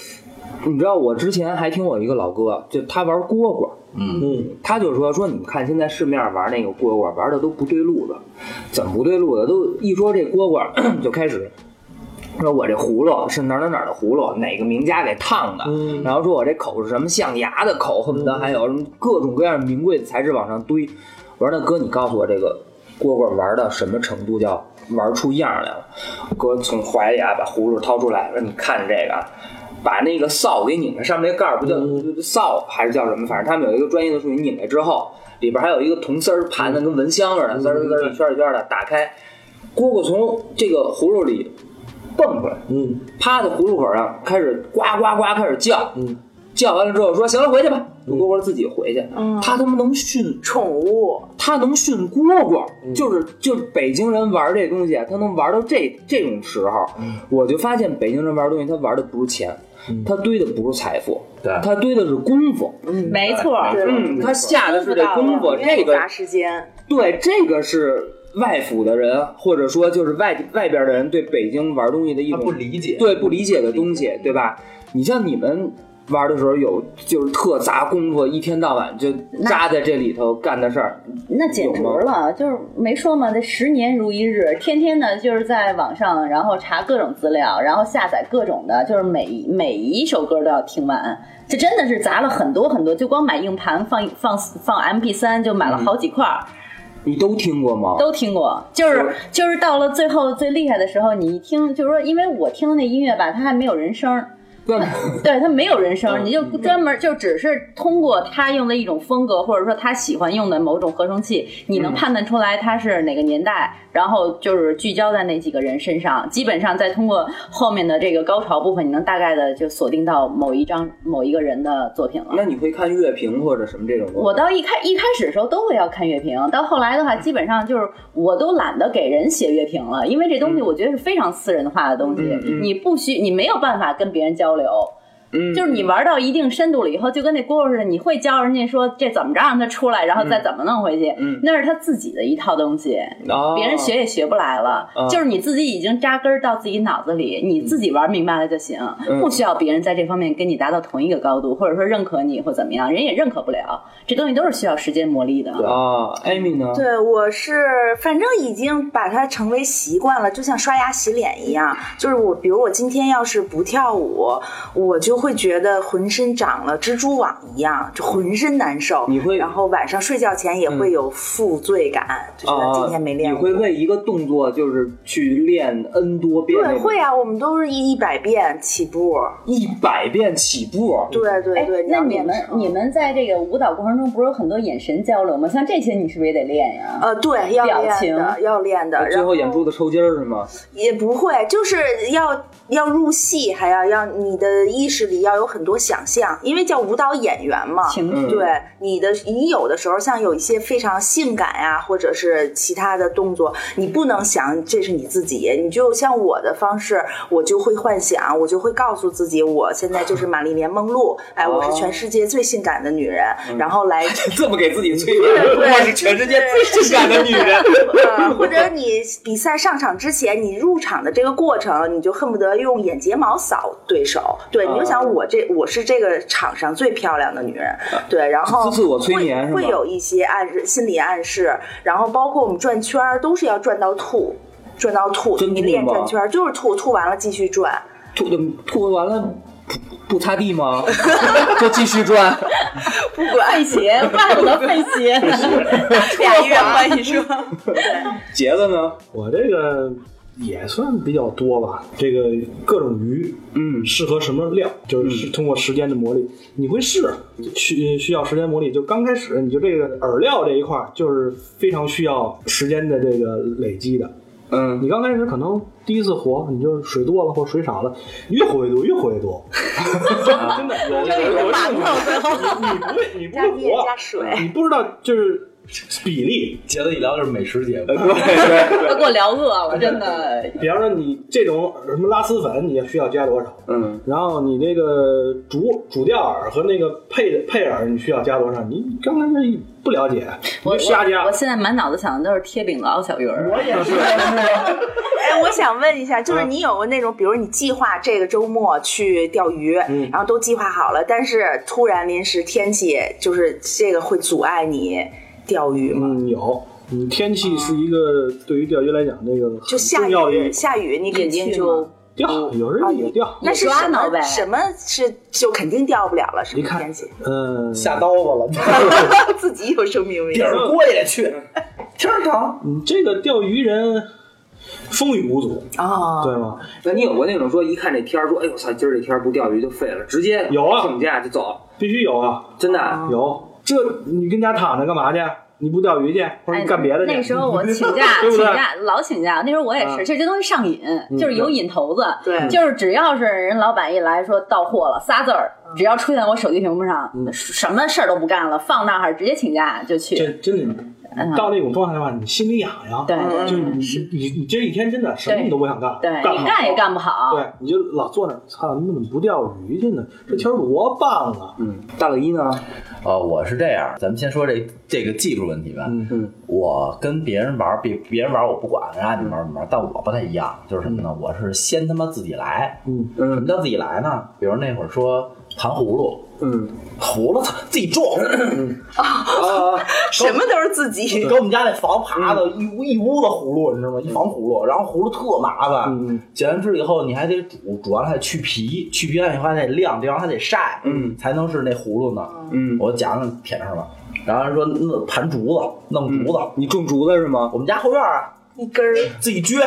你知道我之前还听我一个老哥，就他玩蝈蝈，嗯，嗯，他就说说你们看现在市面上玩那个蝈蝈玩的都不对路子，怎么不对路子？都一说这蝈蝈咳 就开始。说我这葫芦是哪儿哪儿哪儿的葫芦，哪个名家给烫的？然后说我这口是什么象牙的口，恨不得还有什么各种各样名贵的材质往上堆。我说那哥，你告诉我这个蝈蝈玩到什么程度叫玩出样来了？哥从怀里啊把葫芦掏出来，说你看这个啊，把那个扫给拧开，上面那盖儿不叫扫还是叫什么？反正他们有一个专业的术语，拧开之后里边还有一个铜丝儿盘的，跟蚊香似的，滋儿滋儿一圈儿一圈儿的打开，蝈蝈从这个葫芦里蹦出来，嗯，趴在葫芦口上开始呱呱呱开始叫，嗯，叫完了之后说行了回去吧，就蝈蝈自己回去。他他妈能训，宠物他能训蝈蝈，嗯就是就是北京人玩这东西，啊他能玩到这这种时候，嗯我就发现北京人玩东西，他玩的不是钱，他堆的不是财富，对他堆的是功夫。 没错儿，嗯，他下的是这功夫，因为这有个砸时间，对，这个是外府的人，或者说就是外地外边的人对北京玩东西的一他种不理解，对不理解的东西，对吧？你像你们玩的时候有就是特砸功夫，一天到晚就扎在这里头干的事儿，那简直了，就是没说嘛，这十年如一日，天天呢就是在网上，然后查各种资料，然后下载各种的，就是每每一首歌都要听完。这真的是砸了很多很多，就光买硬盘放放放 MP 三就买了好几块儿，你都听过吗？都听过。就是就是到了最后最厉害的时候，你一听就是说，因为我听的那音乐吧，它还没有人声儿，对，对它没有人声，你就专门就只是通过他用的一种风格，或者说他喜欢用的某种合成器，你能判断出来他是哪个年代，然后就是聚焦在那几个人身上，基本上再通过后面的这个高潮部分，你能大概的就锁定到某一张某一个人的作品了。那你会看乐评或者什么这种东西？我到一开一开始的时候都会要看乐评，到后来的话，基本上就是我都懒得给人写乐评了，因为这东西我觉得是非常私人化的东西，你不需你没有办法跟别人交流。嗯就是你玩到一定深度了以后，就跟那蝈蝈似的，你会教人家说这怎么着让它出来，然后再怎么弄回去，嗯那是他自己的一套东西，哦别人学也学不来了。啊就是你自己已经扎根儿到自己脑子里，你自己玩明白了就行，嗯不需要别人在这方面跟你达到同一个高度，或者说认可你或怎么样，人也认可不了。这东西都是需要时间磨砺的。啊，艾米呢？对我是反正已经把它成为习惯了，就像刷牙洗脸一样。就是我，比如我今天要是不跳舞，我就会觉得浑身长了蜘蛛网一样，就浑身难受。你会然后晚上睡觉前也会有负罪感，就觉得啊，今天没练你舞。会为一个动作就是去练 n 多遍那对，种，会啊，我们都是一一百遍起步。一百遍起步。啊对对哎对，，那要你练们成你们在这个舞蹈过程中，不是有很多眼神交流吗？像这些，你是不是也得练呀？ 呃，对，要表练的，情要练的。最然后眼珠子抽筋儿是吗？也不会，就是要要入戏，还要要你的意识里要有很多想象，因为叫舞蹈演员嘛。情嗯绪、对你的，你有的时候像有一些非常性感呀、或者是其他的动作，你不能想这是你自己，你就像我的方式，我就会幻想，我就会告诉自己，我现在就是玛丽莲梦露，哎，我是哦全世界最性感的女人，嗯然后 来 这么给自己催眠，对 我是全世界最 性感的女人。呃，或者你比赛上场之前，你入场的这个过程，你就恨不得用眼睫毛扫对手。对，你就啊想我这我是这个场上最漂亮的女人。对，然后自自啊我催会眠是吗会有一些暗示，心理暗示，然后包括我们转圈儿都是要转到吐，转到吐，真你吐练吗转圈儿就是吐，吐完了继续转。吐的吐完了不不擦地吗？ 就继续 转。不管 费鞋，怪不得费 鞋。俩月关系说，杰子呢？我这个也算比较多吧，这个各种鱼，嗯适合什么料，就是通过时间的磨砺，你会试，需需要时间磨砺。就刚开始，你就这个饵料这一块儿，就是非常需要时间的这个累积的。嗯，你刚开始可能第一次活，你就是水多了或水少了，越活越多，越活越多。真的，我我我你你不会加你不面会活加，水。你不知道就是比例，杰子一聊就是美食节目 对，对对，都给我聊饿了，真的。 比方说你这种什么拉丝粉，你需要加多少？ 嗯，然后你这个主主调饵和那个配配饵，你需要加多少？你刚开始不了解，你我就瞎我加我。现在满脑子想的都是贴饼子熬小鱼儿。也是，哎，我想 问一下，嗯就是你有过那种，比如你计划这个周末去钓鱼，嗯然后都计划好了，但是突然临时天气，就是这个会阻碍你钓鱼吗？嗯，有。嗯，天气是一个对于钓鱼来讲那个就很下重要的一雨，个下雨你肯定就钓，有时候也钓。那是抓什挠呗么什么是就肯定钓不了了，什一么看哦天气？嗯，下刀子了， 自己有生命力底。儿锅也得去，天儿疼。你这个钓鱼人风雨无阻，哦，对啊吗？那你有过那种说一看这天儿说，哎呦操，今儿这天儿不钓鱼就废了，直接有啊请假就走，必须有啊，真的啊。有这你跟家躺着干嘛去？你不钓鱼去，或者你干别的去。，哎那时候我请假 对不嗯请对？假老请假。那时候我也啊是，这这东西上瘾，就是有瘾头子。对就是只要是人老板一来说到货了，仨字儿，嗯只要出现在我手机屏幕上，什么事儿都不干了，放那儿直接请假就去。真真的，你到那种状态的话，你心里痒痒。嗯啊对就你你你这一天真的什么对你都不想干，对干你嘛干也干不好。对，你就老坐那儿，操，你怎么不钓鱼去呢？这天儿多棒啊！嗯，大老一呢？ 呃，我是这样，咱们先说这这个技术问题吧。嗯嗯，我跟别人玩儿，别别人玩儿我不管，人家你玩儿你玩儿，但我不太一样，就是什么呢？我是先他妈自己来。嗯什么嗯叫自己来呢？比如那会儿说糖葫芦，嗯，啊葫芦操自己种，什么都是自己。给我们家那房嗯爬的一屋一屋子葫芦，你知道吗？一房葫芦，然后葫芦特麻嗯嗯烦，剪完枝以后你还得煮，煮完了还得去皮，去皮完以后还得晾，这样还得晒，嗯才能是那葫芦呢。嗯我讲讲舔上了，然后说弄盘竹子，弄嗯竹子，你种竹子是吗？我们家后院儿啊，一根儿自己撅，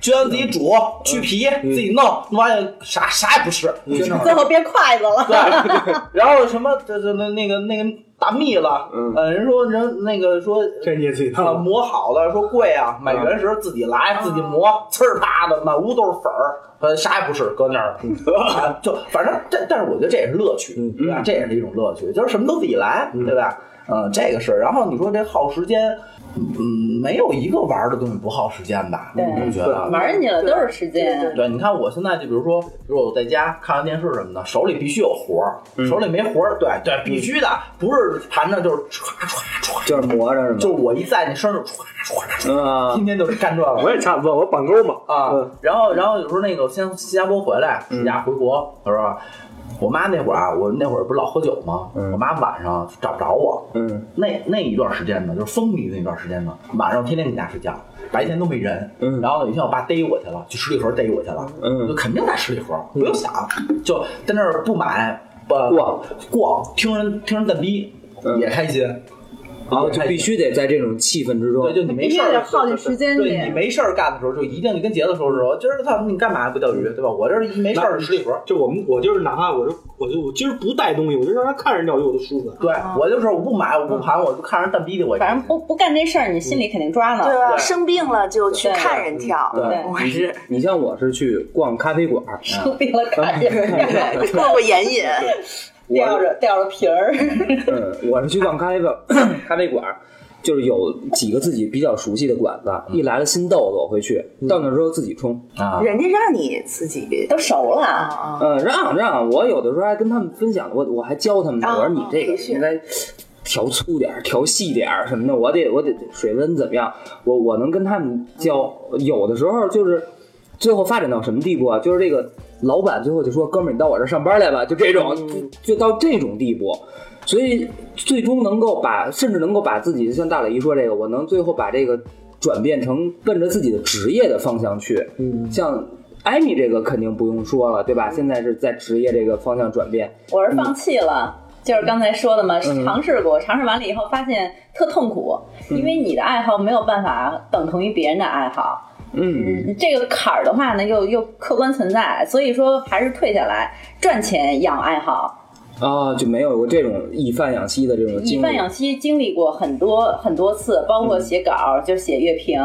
撅完自己煮，嗯去皮，自己弄，弄完也啥啥也不吃，嗯 撅那儿最后变筷子了，对，然后什么这这那那个那个大蜜了，嗯呃，人说人那个说这你也自己啊嗯弄，磨好的说贵啊，买原石自己来自己磨，呲儿啪的满屋都是粉儿，呃，啥也不是，搁那儿，啊 就反正但但是我觉得这也是乐趣，对吧？这也是一种乐趣，就是什么都自己来，对吧？嗯，这个是。然后你说这耗时间，嗯，没有一个玩儿的东西不耗时间吧？对你不觉得？玩进去了对都是时对间对。对，你看我现在就比如说，比如我在家看完电视什么的，手里必须有活儿，手里没活儿，对对，必须的，不是盘着就是歘歘歘，就是磨着是吗？就是我一在你身上歘歘歘，嗯啊天天就是干这我个。也差不多，我绑钩嘛。啊嗯嗯，然后然后有时候那个先新加坡回来，暑假回国，他说我妈那会儿啊，我那会儿不是老喝酒吗？我妈晚上找不着我，嗯那那一段时间呢，就是风靡那段时间呢，晚上天天搁家睡觉，白天都没人。嗯然后有一天我爸逮我去了，去十里河逮我去了，嗯就肯定在十里河，不用想，就在那儿不买，不逛嗯逛，听人听人蛋逼嗯也开心，啊，就必须得在这种气氛之中对，。就你没必须事儿得耗进时间对你里，没事儿干的时候，就一定就跟杰子说说，今儿他你干嘛不钓鱼，对吧？我这儿一没事儿十里河，就我们，我就是哪怕我就我就我今儿不带东西，我就让他看着钓鱼，我就舒服。对我就是我不买，我不盘，我就看人蛋逼的我。啊反正不不干这事儿，你心里肯定抓对了。啊，生病了就去对看人跳。对我是你像我是去逛咖啡馆儿，啊嗯 生病了看 见 人过过眼瘾，掉着掉着皮儿， 嗯，我是去逛咖啡馆，咖啡馆儿就是有几个自己比较熟悉的馆子，嗯一来了新豆子我会去，到那之后自己冲。啊，人家让你自己都熟啊了。啊，嗯，让让，我有的时候还跟他们分享，我我还教他们呢，啊我说你这个培训应该调粗点儿，调细点儿什么的，我得我得水温怎么样，我我能跟他们教。有的时候就是最后发展到什么地步啊，就是这个老板最后就说：“哥们儿，你到我这儿上班来吧。”就这种，就就到这种地步。所以最终能够把，甚至能够把自己，就像大磊一说这个，我能最后把这个转变成奔着自己的职业的方向去。嗯，像艾米这个肯定不用说了，对嗯吧？现在是在职业这个方向转变，我是放弃了。就是刚才说的嘛，嗯尝试过，尝试完了以后发现特痛苦，因为你的爱好没有办法等同于别人的爱好，嗯，嗯，这个坎儿的话呢，又又客观存在，所以说还是退下来，赚钱养爱好，啊，就没有过这种以贩养吸的这种以经贩历。嗯养吸经历过很多很多次，包括写稿，就写乐评，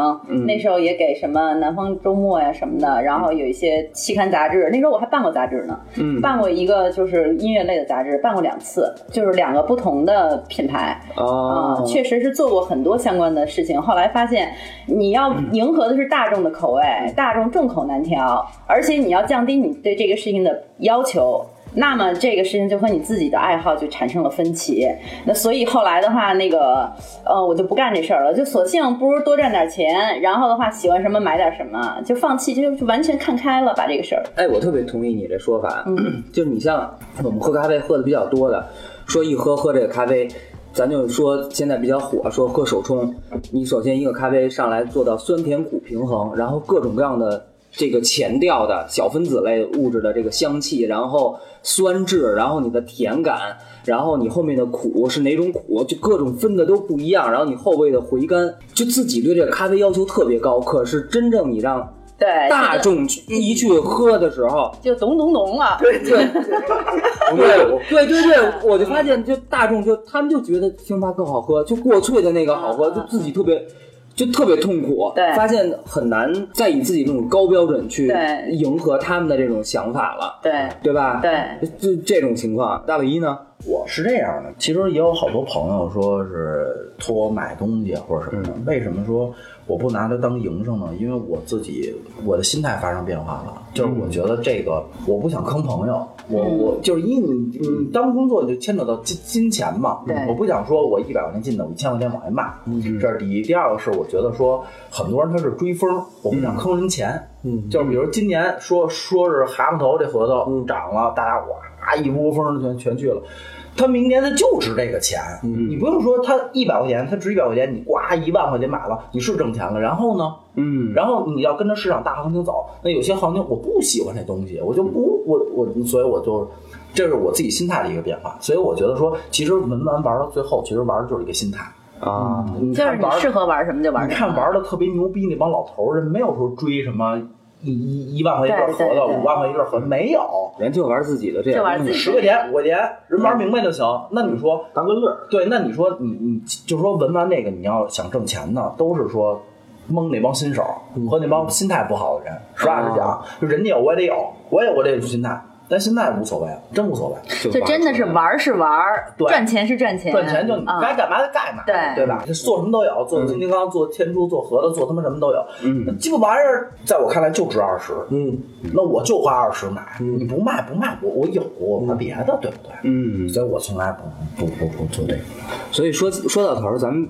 那时候也给什么《南方周末》呀什么的，然后有一些期刊杂志，那时候我还办过杂志呢，嗯办过一个就是音乐类的杂志，办过两次，就是两个不同的品牌，啊哦啊，，确实是做过很多相关的事情。后来发现，你要嗯迎合的是大众的口味，大众众口难调，而且你要降低你对这个事情的要求。那么这个事情就和你自己的爱好就产生了分歧，那所以后来的话，那个呃，我就不干这事儿了，就索性不如多赚点钱，然后的话喜欢什么买点什么，就放弃，就就完全看开了，把这个事儿。哎，我特别同意你这说法， 就是你像我们喝咖啡喝的比较多的，说一喝喝这个咖啡。咱就说现在比较火，说喝手冲，你首先一个咖啡上来做到酸甜苦平衡，然后各种各样的这个前调的小分子类物质的这个香气，然后酸质，然后你的甜感，然后你后面的苦是哪种苦，就各种分的都不一样，然后你后味的回甘，就自己对这个咖啡要求特别高，可是真正你让对，大就众一去喝的时候，就咚咚咚了。对对对对对对，我就发现，就大众就他们就觉得星巴克好喝，就过萃的那个好喝，就自己特别。就特别痛苦，对发现很难再以自己这种高标准去对迎合他们的这种想法了，对对吧？对，这这种情况，大伟一呢？我是这样的，其实也有好多朋友说是托我买东西啊或者什么嗯的。为什么说我不拿它当营生呢？因为我自己我的心态发生变化了，就是嗯我觉得这个我不想坑朋友，我我就是因为你你当工作就牵扯到金金钱嘛对，我不想说我一百块钱进的，我一千块钱往外卖，嗯这是第一。第二个是我觉得说很多人他是追风，我不想坑人钱，嗯就是比如今年说说是蛤蟆头这核桃涨了，大家哇一窝蜂全全去了。他明年他就值这个钱，你不用说他一百块钱，他值一百块钱，你呱一万块钱买了，你是挣钱了。然后呢，嗯，然后你要跟着市场大行情走，那有些行情我不喜欢这东西，我就不我我，所以我就这是我自己心态的一个变化。所以我觉得说，其实文玩玩到最后，其实玩的就是一个心态。啊，你就是看你玩适合玩什么就玩你什么。看玩的特别牛逼那帮老头儿，人没有说追什么一一一万块一对核对对桃，对五万块一对核桃，没有，人就玩自己的这就样玩东自西己十块钱五块钱，人玩明白就行。那你说，当个乐儿，对，那你说你你就是说文玩那个，你要想挣钱呢，都是说蒙那帮新手和那帮心态不好的人。实话实讲，就人家有我也得有，我也有我这种心态，但心态无所谓，真无所谓。就就真的是玩。玩儿是玩儿，对赚钱是赚钱，赚钱就你啊该干嘛就干嘛，对对吧？做什么都有，做金金刚，做天珠，做盒子，做他妈什么都有。嗯那鸡巴玩意儿，在我看来就值二十，嗯，那我就花二十买，你不卖不卖，我我有我玩别的，对不对？嗯，所以我从来不不不不做这个。所以说说到头儿，咱们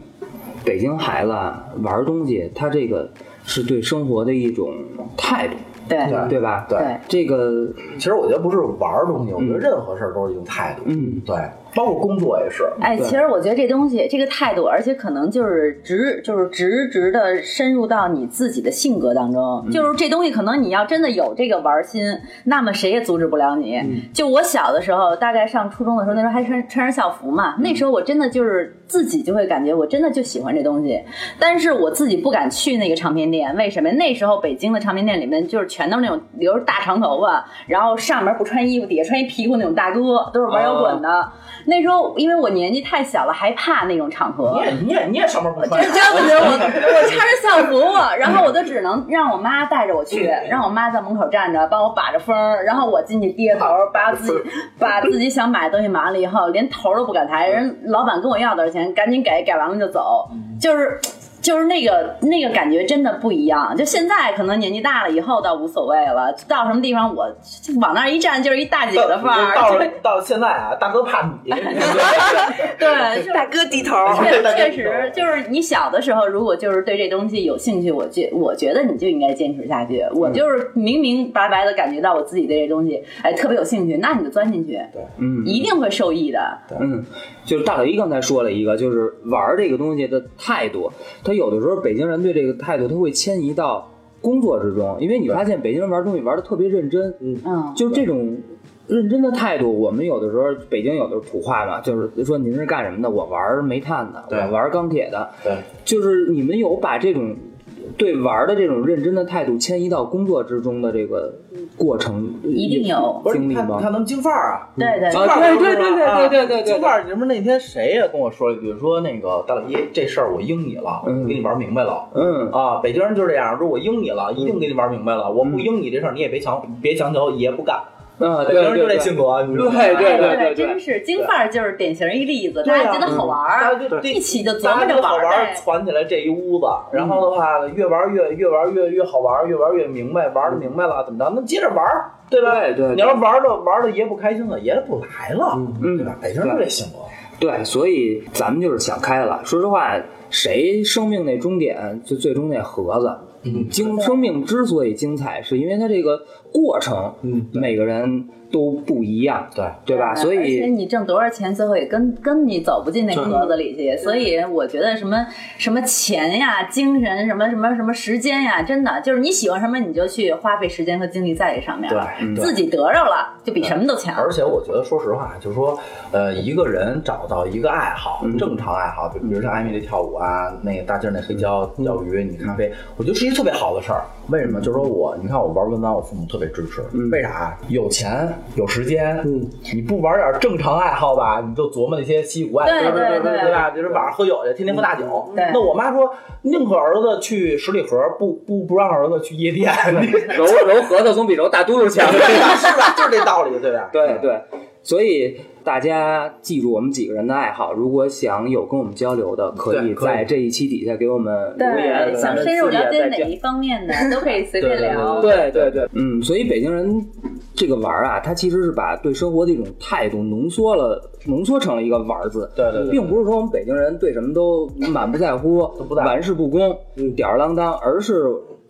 北京孩子啊玩东西，他这个是对生活的一种态度，对对吧？对对这个其实我觉得不是玩儿东西，我觉得任何事儿都是一种态度，嗯，对，包括工作也是。哎，其实我觉得这东西，这个态度，而且可能就是直，就是直直的深入到你自己的性格当中。嗯就是这东西，可能你要真的有这个玩心，那么谁也阻止不了你。嗯就我小的时候，大概上初中的时候，那时候还穿穿着校服嘛，嗯那时候我真的就是自己就会感觉我真的就喜欢这东西，但是我自己不敢去那个唱片店，为什么？那时候北京的唱片店里面就是全都是那种留着大长头发，然后上面不穿衣服，底下穿一皮裤那种大哥，都是玩摇滚的。那时候因为我年纪太小了，还怕那种场合你。也你也你也上班不穿真呀，真的，我我穿着校服，然后我就只能让我妈带着我去，让我妈在门口站着，帮我把着风儿，然后我进去低着头，把自己把自己想买的东西买完了以后，连头儿都不敢抬，人老板跟我要多少钱，赶紧给，给完了就走，就是。就是那个那个感觉真的不一样，就现在可能年纪大了以后倒无所谓了，到什么地方我就往那儿一站就是一大姐的范 儿，到就到到现在啊，大哥怕 你， 对，就对，大哥低头， 确大家确知道实，就是你小的时候，如果就是对这东西有兴趣，我觉我觉得你就应该坚持下去。嗯我就是明明白白的感觉到我自己对这东西，哎，特别有兴趣，那你就钻进去，嗯一定会受益的。嗯，就是大磊一刚才说了一个，就是玩儿这个东西的态度，他有的时候北京人对这个态度，他会迁移到工作之中，因为你发现北京人玩东西玩的特别认真，嗯嗯，就这种认真的态度，我们有的时候北京有的土话嘛，就是说您是干什么的？我玩煤炭的，对我玩钢铁的，对，就是你们有把这种对玩的这种认真的态度迁移到工作之中的这个过程，一定有不是经你历看你看吗？他们京范儿啊，对对啊对对对对，对对对对对金块儿，你们那天谁呀跟我说了一句，说那个大老一这事儿我应你了，我嗯给你玩明白了。嗯啊，北京人就是这样，说我应你了，一定给你玩明白了。我嗯不应你这事儿，你也别强，别强求，爷不干。啊，北对京人对就对这性格，你知道吗对对对对对真是京范儿就是典型一例子，对大啊家觉得好玩大儿家，就这一起就琢磨着大家就好玩玩儿呗儿，。攒起来这一屋子。然后的话，越玩越越玩越越好玩儿，越玩越明白，玩的明白了怎么着？那接着玩儿，对吧？对对对你要玩的玩的爷不开心了，爷不来了，嗯对吧？北京人就这性格。对，所以咱们就是想开了。说实话，谁生命那终点就最终那盒子，嗯精生命之所以精彩，是因为它这个过程，嗯每个人都不一样，对对吧？啊所呃而且以你挣多少钱，最后也跟跟你走不进那是盒子里去。所以我觉得什么什么钱呀、精神什么什么什么时间呀，真的就是你喜欢什么，你就去花费时间和精力在这上面了。对对自己得着了，就比什么都强。而且我觉得，说实话，就是说，呃，一个人找到一个爱好，正常爱好，比比如像艾米丽跳舞啊，那个大劲儿那黑胶、钓鱼、你咖啡，我觉得是一特别好的事儿。为什么？就是说我，你看我玩文玩，我父母特别支持。为啥？有钱有时间，嗯，你不玩点正常爱好吧，你就琢磨那些稀奇古怪的事对儿，对对嗯对吧？就是晚上喝酒去，天天喝大酒。对那我妈说，宁可儿子去十里河，不不不让儿子去夜店，你 揉啊揉盒子总比揉大嘟噜强。 是吧？就是这道理，对吧？对对，所以大家记住我们几个人的爱好，如果想有跟我们交流的，可对以可以在这一期底下给我们留言，咱想们深入私底了下解再哪见一方面的，都可以随便聊。对对对，嗯，所以北京人这个玩儿啊，他其实是把对生活的一种态度浓缩了，浓缩成了一个玩儿字。对对对并不是说我们北京人对什么都满不在乎、不在乎嗯玩世不恭、吊儿郎当，而是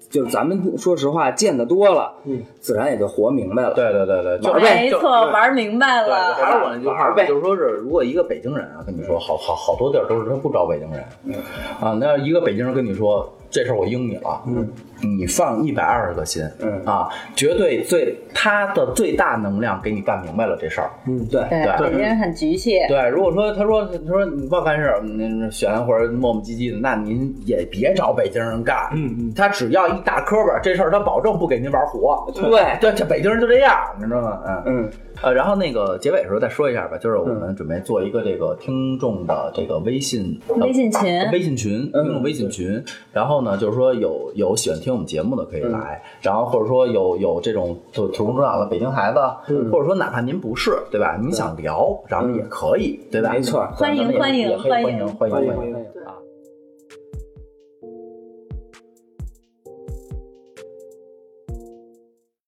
就是咱们说实话见得多了，嗯，自然也就活明白了。对对对对，就玩儿呗没就错，玩明白了。还是我那句玩话儿，呗就是说是，如果一个北京人啊跟你说，好好好多地儿都是他不招北京人，啊，那要一个北京人跟你说这事儿我应你了，嗯，你放一百二十个心，嗯啊，绝对最他的最大能量给你干明白了这事儿，嗯，对对北京人很局气，对，如果说他说他说你不好干事儿，嗯选或者磨磨唧唧的，那您也别找北京人干，嗯嗯他只要一大磕巴，这事儿他保证不给您玩火，对，对，这北京人就这样，你知道吗？嗯。嗯，呃，然后那个结尾时候再说一下吧，就是我们准备做一个这个听众的这个微信、呃微信群微信群，听嗯众微信群。然后呢，就是说有有喜欢听我们节目的嗯可以来，然后或者说有有这种土土生土长的北京孩子，嗯或者说哪怕您不是，对吧？您想聊，咱们也可以，对吧？没错咱们也欢迎也可以欢迎欢迎欢欢迎迎欢欢迎迎。啊！